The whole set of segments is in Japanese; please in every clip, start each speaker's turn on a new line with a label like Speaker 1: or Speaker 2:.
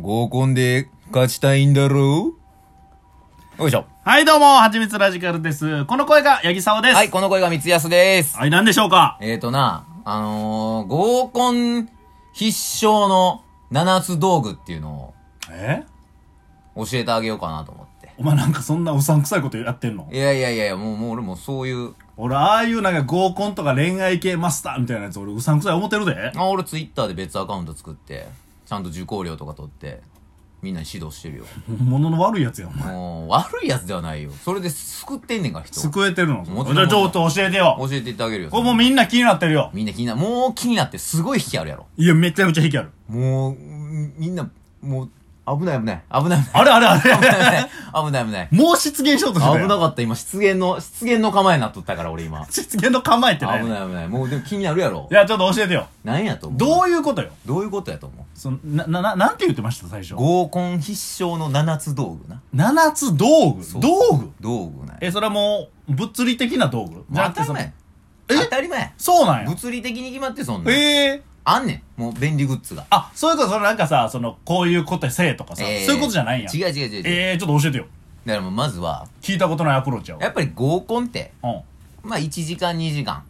Speaker 1: 合コンで勝ちたいんだろうよいしょ。
Speaker 2: はい、どうも、はちみつラジカルです。この声が、八木沢です。
Speaker 1: はい、。この声が三安です。
Speaker 2: はい、何でしょうか
Speaker 1: えーとな、あのー、合コン必勝の七つ道具っていうの
Speaker 2: え
Speaker 1: を教えてあげようかなと思って。
Speaker 2: お前なんかそんなうさんくさいことやってんの
Speaker 1: いやいやいやいや、もう、もう俺もそういう、
Speaker 2: 俺、ああいうなんか合コンとか恋愛系マスターみたいなやつ、俺うさんくさい思ってるで。
Speaker 1: あ、俺ツイッターで別アカウント作って、ちゃんと受講料とか取って、みんなに指導してるよ。
Speaker 2: 物の悪いやつやん、お前。
Speaker 1: もう、悪いやつではないよ。それで救ってんねんから人を。
Speaker 2: 救えてるの。じ
Speaker 1: もちろん
Speaker 2: ゃあちょっと教えてよ。
Speaker 1: 教えてってあげるよ。
Speaker 2: これもうみんな気になってるよ。
Speaker 1: みんな気にな、もう気になってすごい引きあるやろ。
Speaker 2: いや、めちゃめちゃ引きある。
Speaker 1: もう、みんな、もう、危ない危ない。危ない 危ない。
Speaker 2: あれあれあ
Speaker 1: 危な
Speaker 2: れ。
Speaker 1: い危ない危ない。
Speaker 2: もう失言しようとしてたよ
Speaker 1: 危なかった、今、失言の、失言の構えになっとったから、俺今。
Speaker 2: 失言の構えって
Speaker 1: 危
Speaker 2: ない。い
Speaker 1: ない危ない。もう、でも気になるやろ。
Speaker 2: や、ちょっと教えてよ。
Speaker 1: 何やと思う
Speaker 2: どういうことよ。
Speaker 1: どういうことやと思う
Speaker 2: その、な、な、ななんて言ってました、最初。
Speaker 1: 合コン必勝の七つ道具な。
Speaker 2: 七つ道具。
Speaker 1: そう
Speaker 2: 道具
Speaker 1: 道具ない。
Speaker 2: え、それはもう、物理的な道具
Speaker 1: もう当たり
Speaker 2: その
Speaker 1: 前。当たり前。
Speaker 2: そうなんや。
Speaker 1: 物理的に決まってそんなん。
Speaker 2: ええ
Speaker 1: あんねん。もう便利グッズが。
Speaker 2: あ、そういうこと、そのなんかさ、その、こういうことせえとかさ、
Speaker 1: えー
Speaker 2: そういうことじゃないんや。
Speaker 1: 違う違う違う違う。
Speaker 2: ええー、ちょっと教えてよ。
Speaker 1: だからもうまずは、
Speaker 2: 聞いたことないアプローチやわ。
Speaker 1: やっぱり合コンって、
Speaker 2: うん。
Speaker 1: まあ1時間2時間。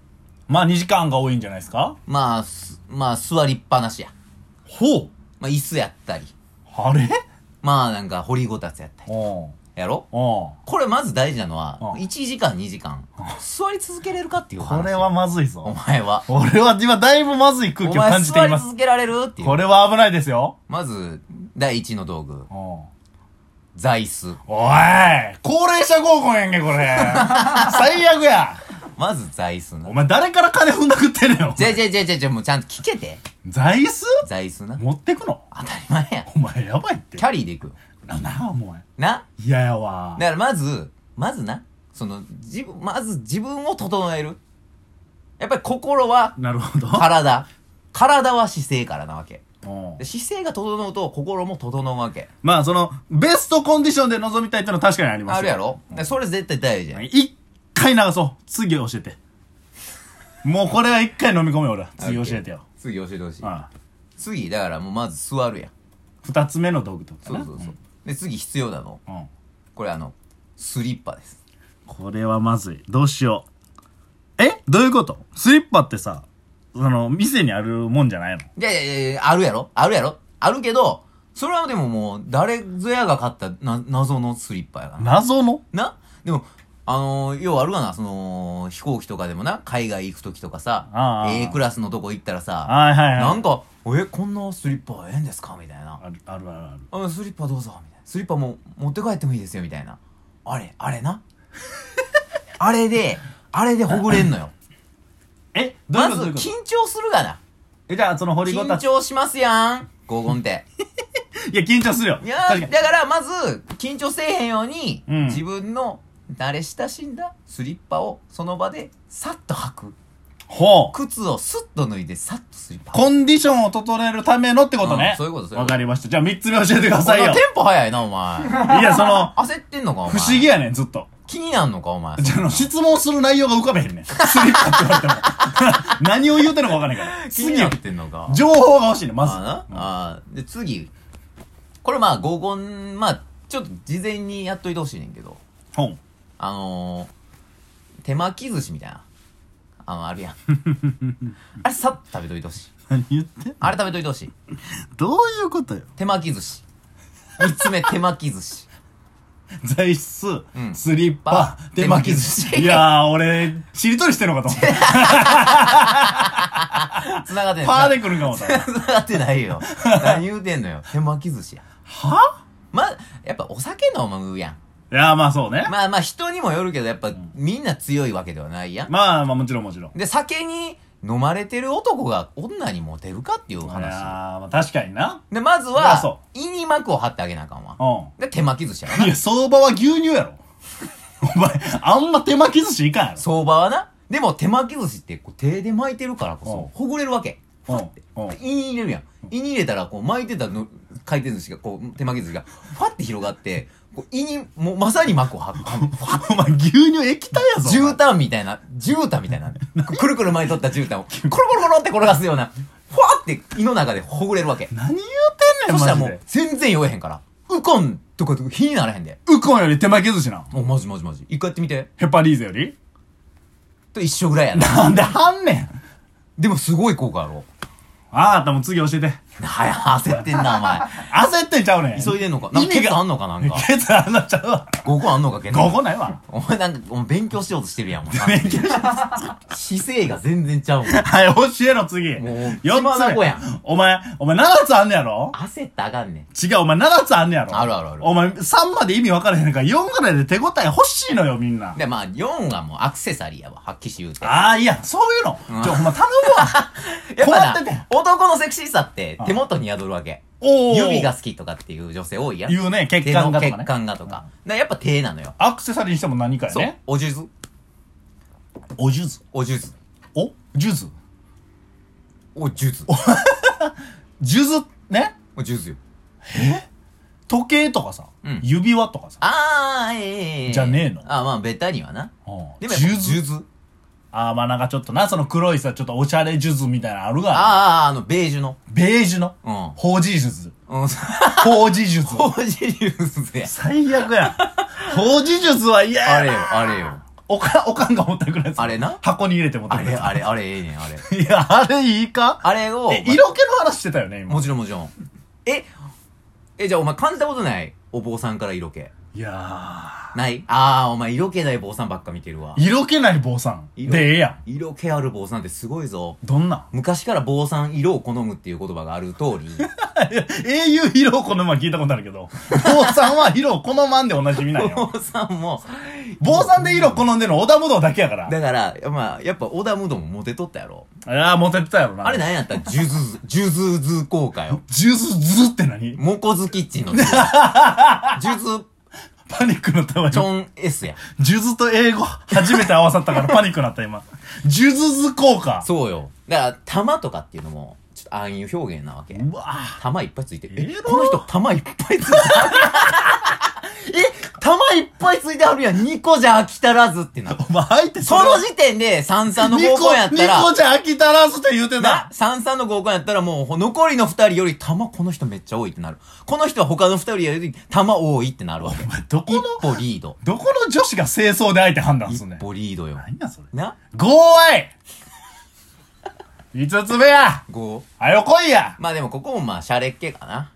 Speaker 2: まあ、2時間が多いんじゃないですか
Speaker 1: まあ、すまあ座りっぱなしや。
Speaker 2: ほう。
Speaker 1: まあ椅子やったり。
Speaker 2: あれ
Speaker 1: まあなんか掘りごたつやったり。
Speaker 2: うん。
Speaker 1: やろ
Speaker 2: うん。
Speaker 1: これまず大事なのは、
Speaker 2: うん
Speaker 1: 1時間2時間、座り続けれるかっていう話。
Speaker 2: これはまずい
Speaker 1: お
Speaker 2: ぞ。
Speaker 1: 前は。
Speaker 2: 俺は今だいぶまずい
Speaker 1: お
Speaker 2: 空気を
Speaker 1: 前
Speaker 2: 感じて
Speaker 1: 座
Speaker 2: い
Speaker 1: り
Speaker 2: ます。
Speaker 1: 続けられるってい
Speaker 2: こ
Speaker 1: う。
Speaker 2: れは危ないですよ。
Speaker 1: まず、第一の道具、
Speaker 2: お
Speaker 1: 座椅子。
Speaker 2: い高齢者合コンやんけ、これ 最悪や
Speaker 1: まず座椅子な
Speaker 2: お。前誰から金踏んだくってんねんよ。
Speaker 1: じゃあじゃあじゃあじゃあじゃあもうちゃんと聞けて。
Speaker 2: 座椅子
Speaker 1: 座椅子な。
Speaker 2: 持ってくの
Speaker 1: 当たり前や。
Speaker 2: お前やばいって
Speaker 1: キ。ャリーで行くよ。
Speaker 2: な、なあ、お前。
Speaker 1: な。
Speaker 2: 嫌やわ
Speaker 1: だ。からまず、まずな、その、自分、まず自分を整える。やっぱり心は
Speaker 2: なるほど。
Speaker 1: 体。体は姿勢からなわけ。
Speaker 2: うん
Speaker 1: で姿勢が整うと心も整うわけ。
Speaker 2: まあ、その、ベストコンディションで臨みたいってのは確かにありますよ
Speaker 1: あるやろだからそれ絶対大事やん。
Speaker 2: 一回流そう。次教えて。もうこれは一回飲み込めよ、俺。次教えてよ。
Speaker 1: 次教えてほしい。
Speaker 2: うん。
Speaker 1: 次、だからもうまず座るやん。
Speaker 2: 二つ目の道具ってこと
Speaker 1: そ
Speaker 2: か
Speaker 1: う
Speaker 2: な。
Speaker 1: そうそう。で、次必要なの。
Speaker 2: うん。うん。
Speaker 1: これあの、スリッパです。
Speaker 2: これはまずい。どうしよう。えどういうことスリッパってさ、その、店にあるもんじゃないの
Speaker 1: いやいやいやいやあるやろあるやろあるけど、それはでももう、誰ぞやが買ったな謎のスリッパやからな。
Speaker 2: 謎の
Speaker 1: なでも、あのー、要はあるがな、その、飛行機とかでもな、海外行くときとかさ
Speaker 2: あ、あ
Speaker 1: A クラスのとこ行ったらさ、
Speaker 2: はいはいはい。
Speaker 1: なんか、え、こんなスリッパええんですかみたいな。
Speaker 2: あるあるあるある。
Speaker 1: あスリッパどうぞみたいなスリッパも持って帰ってもいいですよみたいなあれあれ なあれであれでほぐれんのよ
Speaker 2: え どう
Speaker 1: ま
Speaker 2: いうこと
Speaker 1: ず
Speaker 2: どういう
Speaker 1: 緊
Speaker 2: こと
Speaker 1: 張するがな
Speaker 2: えじゃあ、その掘りご
Speaker 1: 緊
Speaker 2: たつ。い
Speaker 1: 張しますやん合コンって
Speaker 2: や、緊張するよ。
Speaker 1: いや
Speaker 2: 確
Speaker 1: ー
Speaker 2: かに。
Speaker 1: だからまず緊張せえへんように、
Speaker 2: うん
Speaker 1: 自分の慣れ親しんだスリッパをその場でさっと履く
Speaker 2: ほう。
Speaker 1: 靴をスッと脱いでさっとスリッパ履く
Speaker 2: コンディションを整えるためのってことね
Speaker 1: うん。そういうことそういうこと
Speaker 2: わかりました。じゃあ、三つ目教えてくださ
Speaker 1: お
Speaker 2: い
Speaker 1: 前
Speaker 2: よ
Speaker 1: テ。ンポ早いなお前
Speaker 2: いや、その、
Speaker 1: 焦ってんのかお前
Speaker 2: 不思議やねん、ずっと。
Speaker 1: 気になんのかお前
Speaker 2: じゃああの、質問する内容が浮かべへんねん。スリッパって言われても。 何を言うてんのかわかんないから。
Speaker 1: 気に
Speaker 2: 次
Speaker 1: な
Speaker 2: よ
Speaker 1: っ。てんのか
Speaker 2: 情報が欲しいねん、まず。
Speaker 1: あーなあーで次これまあ合コンまあちょっと事前にやっといてほしいねんけど
Speaker 2: ほう。
Speaker 1: あのー、手巻き寿司みたいなあのある やんあれさっと食べといてほしい
Speaker 2: 何言ってんの
Speaker 1: あれ食べといてほしい
Speaker 2: どういうことよ
Speaker 1: 手巻き寿司3つ 目手巻き寿司
Speaker 2: 材質、
Speaker 1: ん
Speaker 2: スリッパ
Speaker 1: パ、
Speaker 2: 手巻き寿司
Speaker 1: 手巻き寿。司
Speaker 2: いやー、俺、しりとりしてんのかと思った。
Speaker 1: つながってない
Speaker 2: パ ーで来るんかもと思った。
Speaker 1: つながってないよ何言うてんのよ手巻き寿司や
Speaker 2: は
Speaker 1: まあやっぱお酒飲むやん
Speaker 2: いやー、まあそうね。
Speaker 1: まあまあ人にもよるけどやっぱみんな強いわけではないやん
Speaker 2: まあまあもちろんもちろん。
Speaker 1: で、酒に飲まれてる男が女にモテるかっていう
Speaker 2: いやー
Speaker 1: 話。
Speaker 2: まあ確かにな。
Speaker 1: で、まず
Speaker 2: いや
Speaker 1: は
Speaker 2: そ、
Speaker 1: 胃に膜を張ってあげなあかんわ。
Speaker 2: う
Speaker 1: で、手巻き寿司やろ
Speaker 2: ん。い
Speaker 1: な。
Speaker 2: や、相場は牛乳やろ。 お前、あんま手巻き寿司いかんや
Speaker 1: 相場はな。でも手巻き寿司ってこう手で巻いてるからこ
Speaker 2: うん
Speaker 1: そ、ほぐれるわけ。
Speaker 2: ろ。うん。うん。
Speaker 1: 胃に入れるやん。胃に入れたら、こう巻いてたの回転寿司が、こう手巻き寿司が、ファって広がって、こう胃に、もうまさに膜を 張って、
Speaker 2: お前、牛乳液体やぞ。お前
Speaker 1: 絨毯みたいな、絨毯みたいな。くるくる巻いとった絨毯を、コロコロコロって転がすような、ファって胃の中でほぐれるわけ。
Speaker 2: 何言うや
Speaker 1: そしたらも
Speaker 2: マ
Speaker 1: う
Speaker 2: ジで
Speaker 1: 全然酔えへんからウコンとかとか火にならへんで
Speaker 2: ウコンより手巻き寿司な
Speaker 1: もうマジマジマジ一回やってみて
Speaker 2: ヘパリーゼより
Speaker 1: と一緒ぐらいやな
Speaker 2: なんであんねん
Speaker 1: でもすごい効果やろ
Speaker 2: あーたもう次教えて
Speaker 1: はや焦ってんなお前
Speaker 2: 焦ってんちゃうねん
Speaker 1: 急いでんのかなんか
Speaker 2: 意味
Speaker 1: ケツ
Speaker 2: が
Speaker 1: あんのかなんか
Speaker 2: ケツあんなっちゃうわ
Speaker 1: 5個あんのかケツ
Speaker 2: ここないわ
Speaker 1: お前なんかお前勉強しようとしてるやんもう姿勢が全然ちゃうもん
Speaker 2: はい教えろ次
Speaker 1: もう
Speaker 2: 四
Speaker 1: 血眼や
Speaker 2: 目
Speaker 1: ん
Speaker 2: お前お前7つあんねやろ
Speaker 1: 焦ったらあかんねん
Speaker 2: 違う、お前7つあんねやろ
Speaker 1: あるあるある
Speaker 2: お前3まで意味分からへんから4ぐらいで手応え欲しいのよ、みんな。
Speaker 1: でまあ4はもうアクセサリーやわ発揮し言うて
Speaker 2: ああ、いや、そういうの。ちょ、お前頼む
Speaker 1: や
Speaker 2: わ。
Speaker 1: っぱ
Speaker 2: 困ってて
Speaker 1: な男のセクシーさって手元に宿るわけ
Speaker 2: おー
Speaker 1: 指が好きとかっていう女性多いやん
Speaker 2: 言うね、血
Speaker 1: 手
Speaker 2: 管
Speaker 1: の
Speaker 2: がと
Speaker 1: 血
Speaker 2: かね。
Speaker 1: 管がとかなやっぱ手なのよ
Speaker 2: アクセサリーにしても何かや
Speaker 1: そう
Speaker 2: ね。
Speaker 1: おじゅず
Speaker 2: おじゅず。
Speaker 1: おじゅず
Speaker 2: おじゅず。
Speaker 1: おじゅず
Speaker 2: じゅず、ね。
Speaker 1: おじゅずよ
Speaker 2: 時計とかさ、
Speaker 1: うん
Speaker 2: 指輪とかさ。
Speaker 1: あーええええええ
Speaker 2: じゃねえの
Speaker 1: あまあベタにはな
Speaker 2: う
Speaker 1: で
Speaker 2: ん
Speaker 1: もやっぱ
Speaker 2: 数
Speaker 1: 数
Speaker 2: 珠
Speaker 1: 珠
Speaker 2: ああ、まあなんかちょっとな、その黒いさ、ちょっとおしゃれ数珠みたいなのあるが、
Speaker 1: あああのベージュの
Speaker 2: ベージュの、
Speaker 1: うん
Speaker 2: 法事術。
Speaker 1: うん
Speaker 2: 法事 術。
Speaker 1: 当時流術 や
Speaker 2: 最悪や。法事術は嫌やな
Speaker 1: あれよあれよ
Speaker 2: おか、おかんが持ってくるやつ。
Speaker 1: あれな
Speaker 2: 箱に入れて持って
Speaker 1: あ
Speaker 2: くる
Speaker 1: れ
Speaker 2: や
Speaker 1: あれあれええねんあれ
Speaker 2: つ。いや、あれいいか
Speaker 1: あれを
Speaker 2: え、色気の話してたよね、今。
Speaker 1: もちろんもちろんええじゃあお前感じたことないお坊さんから色気
Speaker 2: いや
Speaker 1: ないああお前色気ない坊さんばっか見てるわ
Speaker 2: ー。色気ない坊さん。
Speaker 1: 色
Speaker 2: で、ええやん。
Speaker 1: 色気ある坊さんってすごいぞ
Speaker 2: どんなん
Speaker 1: 昔から坊さん色を好むっていう言葉がある通り
Speaker 2: 英雄色を好まん聞いたことあるけど、坊さんは色を好まんでおなじみなん よ。
Speaker 1: 坊さんも
Speaker 2: 坊さんで色好んでるの織田無道だけやから。
Speaker 1: だからまあやっぱ織田無道もモテとったやろ
Speaker 2: ああ、モテてたやろな。
Speaker 1: あれ何やったジュズジュズズ効果よ
Speaker 2: ジュースズって何
Speaker 1: モコズキッチンのジュズ
Speaker 2: パニックなったわ
Speaker 1: チ
Speaker 2: 今。
Speaker 1: ョン S や
Speaker 2: ジュズと英語初めて合わさったからパニックなった今。ジュズズ効果。
Speaker 1: そうよだから玉とかっていうのもちょっとああいう表現なわけ
Speaker 2: うわー
Speaker 1: 玉いっぱいついてる。
Speaker 2: え
Speaker 1: え
Speaker 2: ら、
Speaker 1: この人玉いっぱいついてる。え、玉いっぱいついてあるやん。2個じゃ飽き足らずってなる。
Speaker 2: お前相手
Speaker 1: その時点で三々の合
Speaker 2: ニ
Speaker 1: コ
Speaker 2: コ
Speaker 1: ンやったら
Speaker 2: ニコ、ちゃん飽き足らずって言うて
Speaker 1: な
Speaker 2: た。
Speaker 1: 三々の合コンやったらもう残りの2人より玉この人めっちゃ多いってなる。この人は他の2人より玉多いってなるわけ。
Speaker 2: どこ
Speaker 1: 一
Speaker 2: の、
Speaker 1: 歩リード。
Speaker 2: どこの女子が清掃で相手判断す
Speaker 1: 一
Speaker 2: んねん。
Speaker 1: 歩リードよ。
Speaker 2: 何やそれ。
Speaker 1: な
Speaker 2: ゴーアイ五つ目や
Speaker 1: ?5。
Speaker 2: あよこいや
Speaker 1: まあでもここもまあシャレっ気かな。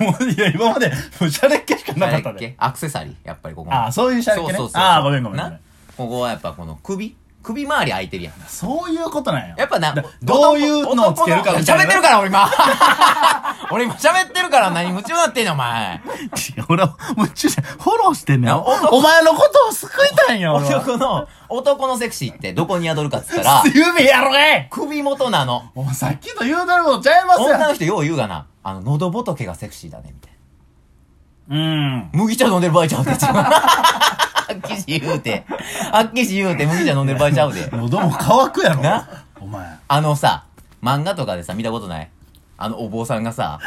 Speaker 2: もういや、今まで、もうシャレっ気しか
Speaker 1: シ
Speaker 2: なか
Speaker 1: ャ
Speaker 2: っ
Speaker 1: レ
Speaker 2: た
Speaker 1: っ気
Speaker 2: で。
Speaker 1: アクセサリー。やっぱりここも
Speaker 2: ああ、そういうシャレっ
Speaker 1: そう
Speaker 2: 気ね
Speaker 1: そうそう。。
Speaker 2: ああ、ごめんごめんごめ。
Speaker 1: なんここはやっぱこの首首周り空いてるやん。
Speaker 2: そういうことなんや。
Speaker 1: やっぱな
Speaker 2: だ、どういうのをつける
Speaker 1: 男
Speaker 2: か
Speaker 1: の
Speaker 2: みたいな
Speaker 1: 喋ってるから、俺今。 俺今喋ってるから何夢中になってんの、お前。
Speaker 2: 違う俺は、もう、ちゅうフォローしてんねん。
Speaker 1: な男
Speaker 2: お前のことを救いたいんや、俺は。
Speaker 1: 男の、男のセクシーってどこに宿るかっつったら、
Speaker 2: 指やろがい
Speaker 1: 首元なの。
Speaker 2: お前さっきと言うだろうちゃいます
Speaker 1: 女
Speaker 2: や
Speaker 1: の人よう言うがな、あの、喉仏がセクシーだね、みたいな。
Speaker 2: うん。
Speaker 1: 麦茶飲んでる場合ちゃうで、ちょはっきし言うて。はっきし言うて、麦茶飲んでる場合ちゃうで。
Speaker 2: 喉も乾くやろ。
Speaker 1: な
Speaker 2: お前。
Speaker 1: あのさ、漫画とかでさ、見たことないあのお坊さんがさ、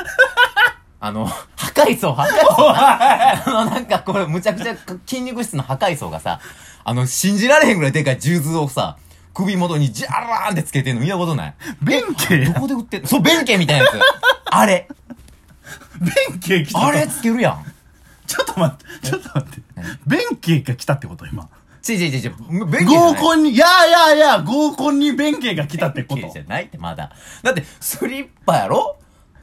Speaker 1: あの、破壊層、破壊層。あの、なんかこれ、むちゃくちゃ筋肉質の破壊層がさ、あの、信じられへんぐらいでかい銃図をさ、首元にジャラーンってつけてんの見たことない
Speaker 2: 弁慶
Speaker 1: どこで売ってんのそう、弁慶みたいなやつ。あれ。
Speaker 2: 弁慶来たと
Speaker 1: あれつけるやん。
Speaker 2: ちょっと待って、ちょっと待って。弁慶が来たってこと今。
Speaker 1: ちいちいちいちい、弁慶じゃない。
Speaker 2: 合コンに、いやいやいや、合コンに弁慶が来たって こ
Speaker 1: 弁
Speaker 2: と
Speaker 1: 慶じ。ゃないってまだ。だって、スリッパやろ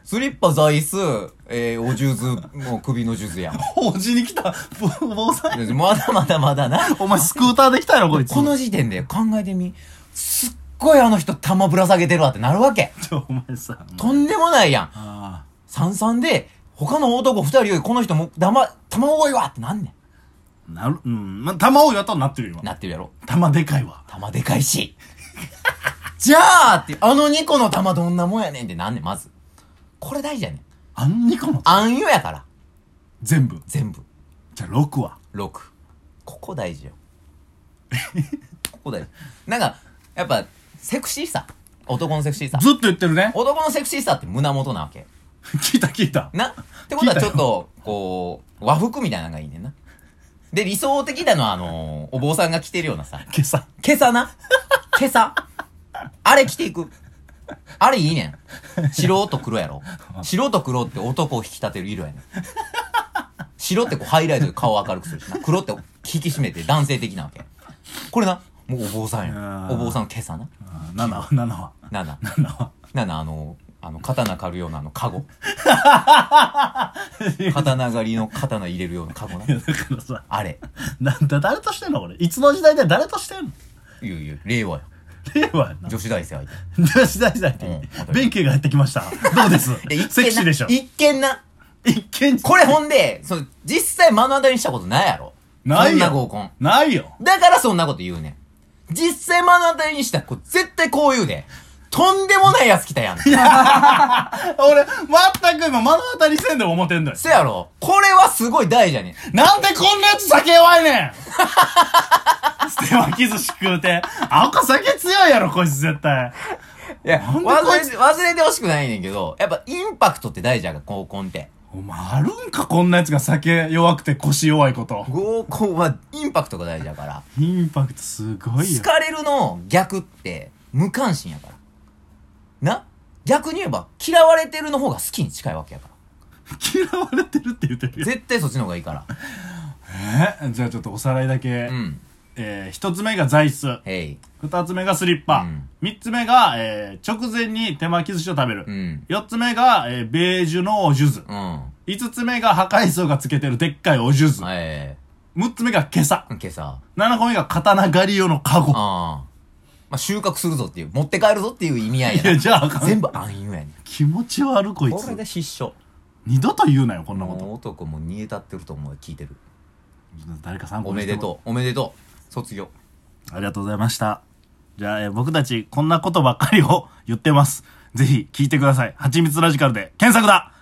Speaker 1: スリッパ座椅子、えー、お数珠、もう首の数珠やん。
Speaker 2: 法事に来た、ぼ坊さん。
Speaker 1: でまだまだまだな。
Speaker 2: お前スクーターで来たやろ、こいつ。
Speaker 1: この時点で考えてみ。すっごいあの人玉ぶら下げてるわってなるわけ。
Speaker 2: ちょ、お前さ。
Speaker 1: とんでもないやん。
Speaker 2: あ
Speaker 1: 三々で、他の男二人よりこの人も、だま、玉多いわってなんね
Speaker 2: あ。なる、うん。ま、玉多いわとはなってるよ
Speaker 1: ん。
Speaker 2: 今。
Speaker 1: なってるやろ。
Speaker 2: 玉でかいわ。
Speaker 1: 玉でかいし。 じゃあって、あの二個の玉どんなもんやねんってなんねん、まず。これ大事やねん。
Speaker 2: あんにこの、
Speaker 1: 暗喩やから。
Speaker 2: 全部。
Speaker 1: 全部。
Speaker 2: じゃあ、6は。
Speaker 1: 六。ここ大事よ。ここ大事。なんか、やっぱ、セクシーさ。男のセクシーさ。
Speaker 2: ずっと言ってるね。
Speaker 1: 男のセクシーさって胸元なわけ。
Speaker 2: 聞いた聞いた。
Speaker 1: なってことは
Speaker 2: 聞いた
Speaker 1: ちょ
Speaker 2: よ
Speaker 1: っと、こう、和服みたいなのがいいねんな。で、理想的なのは、あのーお坊さんが着てるようなさ、
Speaker 2: 今朝。
Speaker 1: 今朝な。今朝。あれ着ていく。あれいいねん。白と黒やろ。白と黒って男を引き立てる色やねん。白ってこうハイライトで顔を明るくするしな。黒って引き締めて男性的なわけ。これな、もうお坊さんや
Speaker 2: あ
Speaker 1: ん。
Speaker 2: ー
Speaker 1: お坊さんの今朝な。
Speaker 2: あー7は7は
Speaker 1: なんだ
Speaker 2: 7は
Speaker 1: なんだあの、あの、刀狩るようなあの、カ
Speaker 2: 。
Speaker 1: ゴ。刀狩りの刀入れるようなカゴない
Speaker 2: やだからさ
Speaker 1: あれ。
Speaker 2: なんだ誰としてんの俺いつの時代で誰としてんの
Speaker 1: いやいや、令和や。
Speaker 2: 令和やな
Speaker 1: 女子大生相手。
Speaker 2: 女子大生って
Speaker 1: うん
Speaker 2: 弁慶がやってきましたどうです
Speaker 1: で一
Speaker 2: セクシー
Speaker 1: 見
Speaker 2: でしょ
Speaker 1: な、一見な、
Speaker 2: 一見
Speaker 1: これほんで、その、実際目の当たりにしたことないやろ。
Speaker 2: な
Speaker 1: そん
Speaker 2: いよ
Speaker 1: な合コン。
Speaker 2: ないよ
Speaker 1: だからそんなこと言うねん。実際目の当たりにしたら、こう絶対こう言うで。とんでもないやつ来たやん。
Speaker 2: 俺全く今目の当たりせんでも思ってんだよ
Speaker 1: せやろ。これはすごい大事やねん。
Speaker 2: なんでこんなやつ酒弱いねん 捨て巻き寿司食うて赤酒強いやろこいつ絶対
Speaker 1: いや、
Speaker 2: なん
Speaker 1: 忘
Speaker 2: でこい
Speaker 1: れ
Speaker 2: つ
Speaker 1: て、忘れてほしくないねんけど、やっぱインパクトって大事やから、合コンって。
Speaker 2: お前あるんかこんなやつが酒弱くて腰弱いこと
Speaker 1: 合コンはインパクトが大事やから。
Speaker 2: インパクトすごい
Speaker 1: 好
Speaker 2: よ
Speaker 1: かれるの逆って、無関心やから。な逆に言えば、嫌われてるの方が好きに近いわけやから。
Speaker 2: 嫌われてるって言って るよ
Speaker 1: 絶対そっちの方がいいから。
Speaker 2: えーじゃあちょっとおさらいだけ、
Speaker 1: うん。
Speaker 2: えー、一つ目が座椅子
Speaker 1: へい。
Speaker 2: 二つ目がスリッパ、
Speaker 1: うん
Speaker 2: 三つ目が、えー、直前に手巻き寿司を食べる、
Speaker 1: うん。
Speaker 2: 四つ目が、えー、ベージュのお数珠
Speaker 1: うん。
Speaker 2: 五つ目が破壊層がつけてるでっかいお数珠
Speaker 1: え
Speaker 2: 六つ目が袈裟
Speaker 1: え今朝。
Speaker 2: 七個目が刀狩り用のカゴ
Speaker 1: ああ。まあ、収穫するぞっていう、持って帰るぞっていう意味合い
Speaker 2: い
Speaker 1: や
Speaker 2: や
Speaker 1: な。
Speaker 2: じゃああかん
Speaker 1: 全部暗誘やねん。
Speaker 2: 気持ち悪いこい
Speaker 1: これ
Speaker 2: つ
Speaker 1: で失笑。
Speaker 2: 二度と言うなよこんなこ
Speaker 1: も
Speaker 2: と
Speaker 1: う男も煮え立ってると思うよ聞いてる。
Speaker 2: 誰か参考
Speaker 1: お
Speaker 2: に
Speaker 1: め
Speaker 2: して
Speaker 1: で
Speaker 2: もら
Speaker 1: とう。おめでとう。卒業。
Speaker 2: ありがとうございました。じゃあ、えー僕たちこんなことばっかりを言ってます。ぜひ聞いてください。はちみつラジカルで検索だ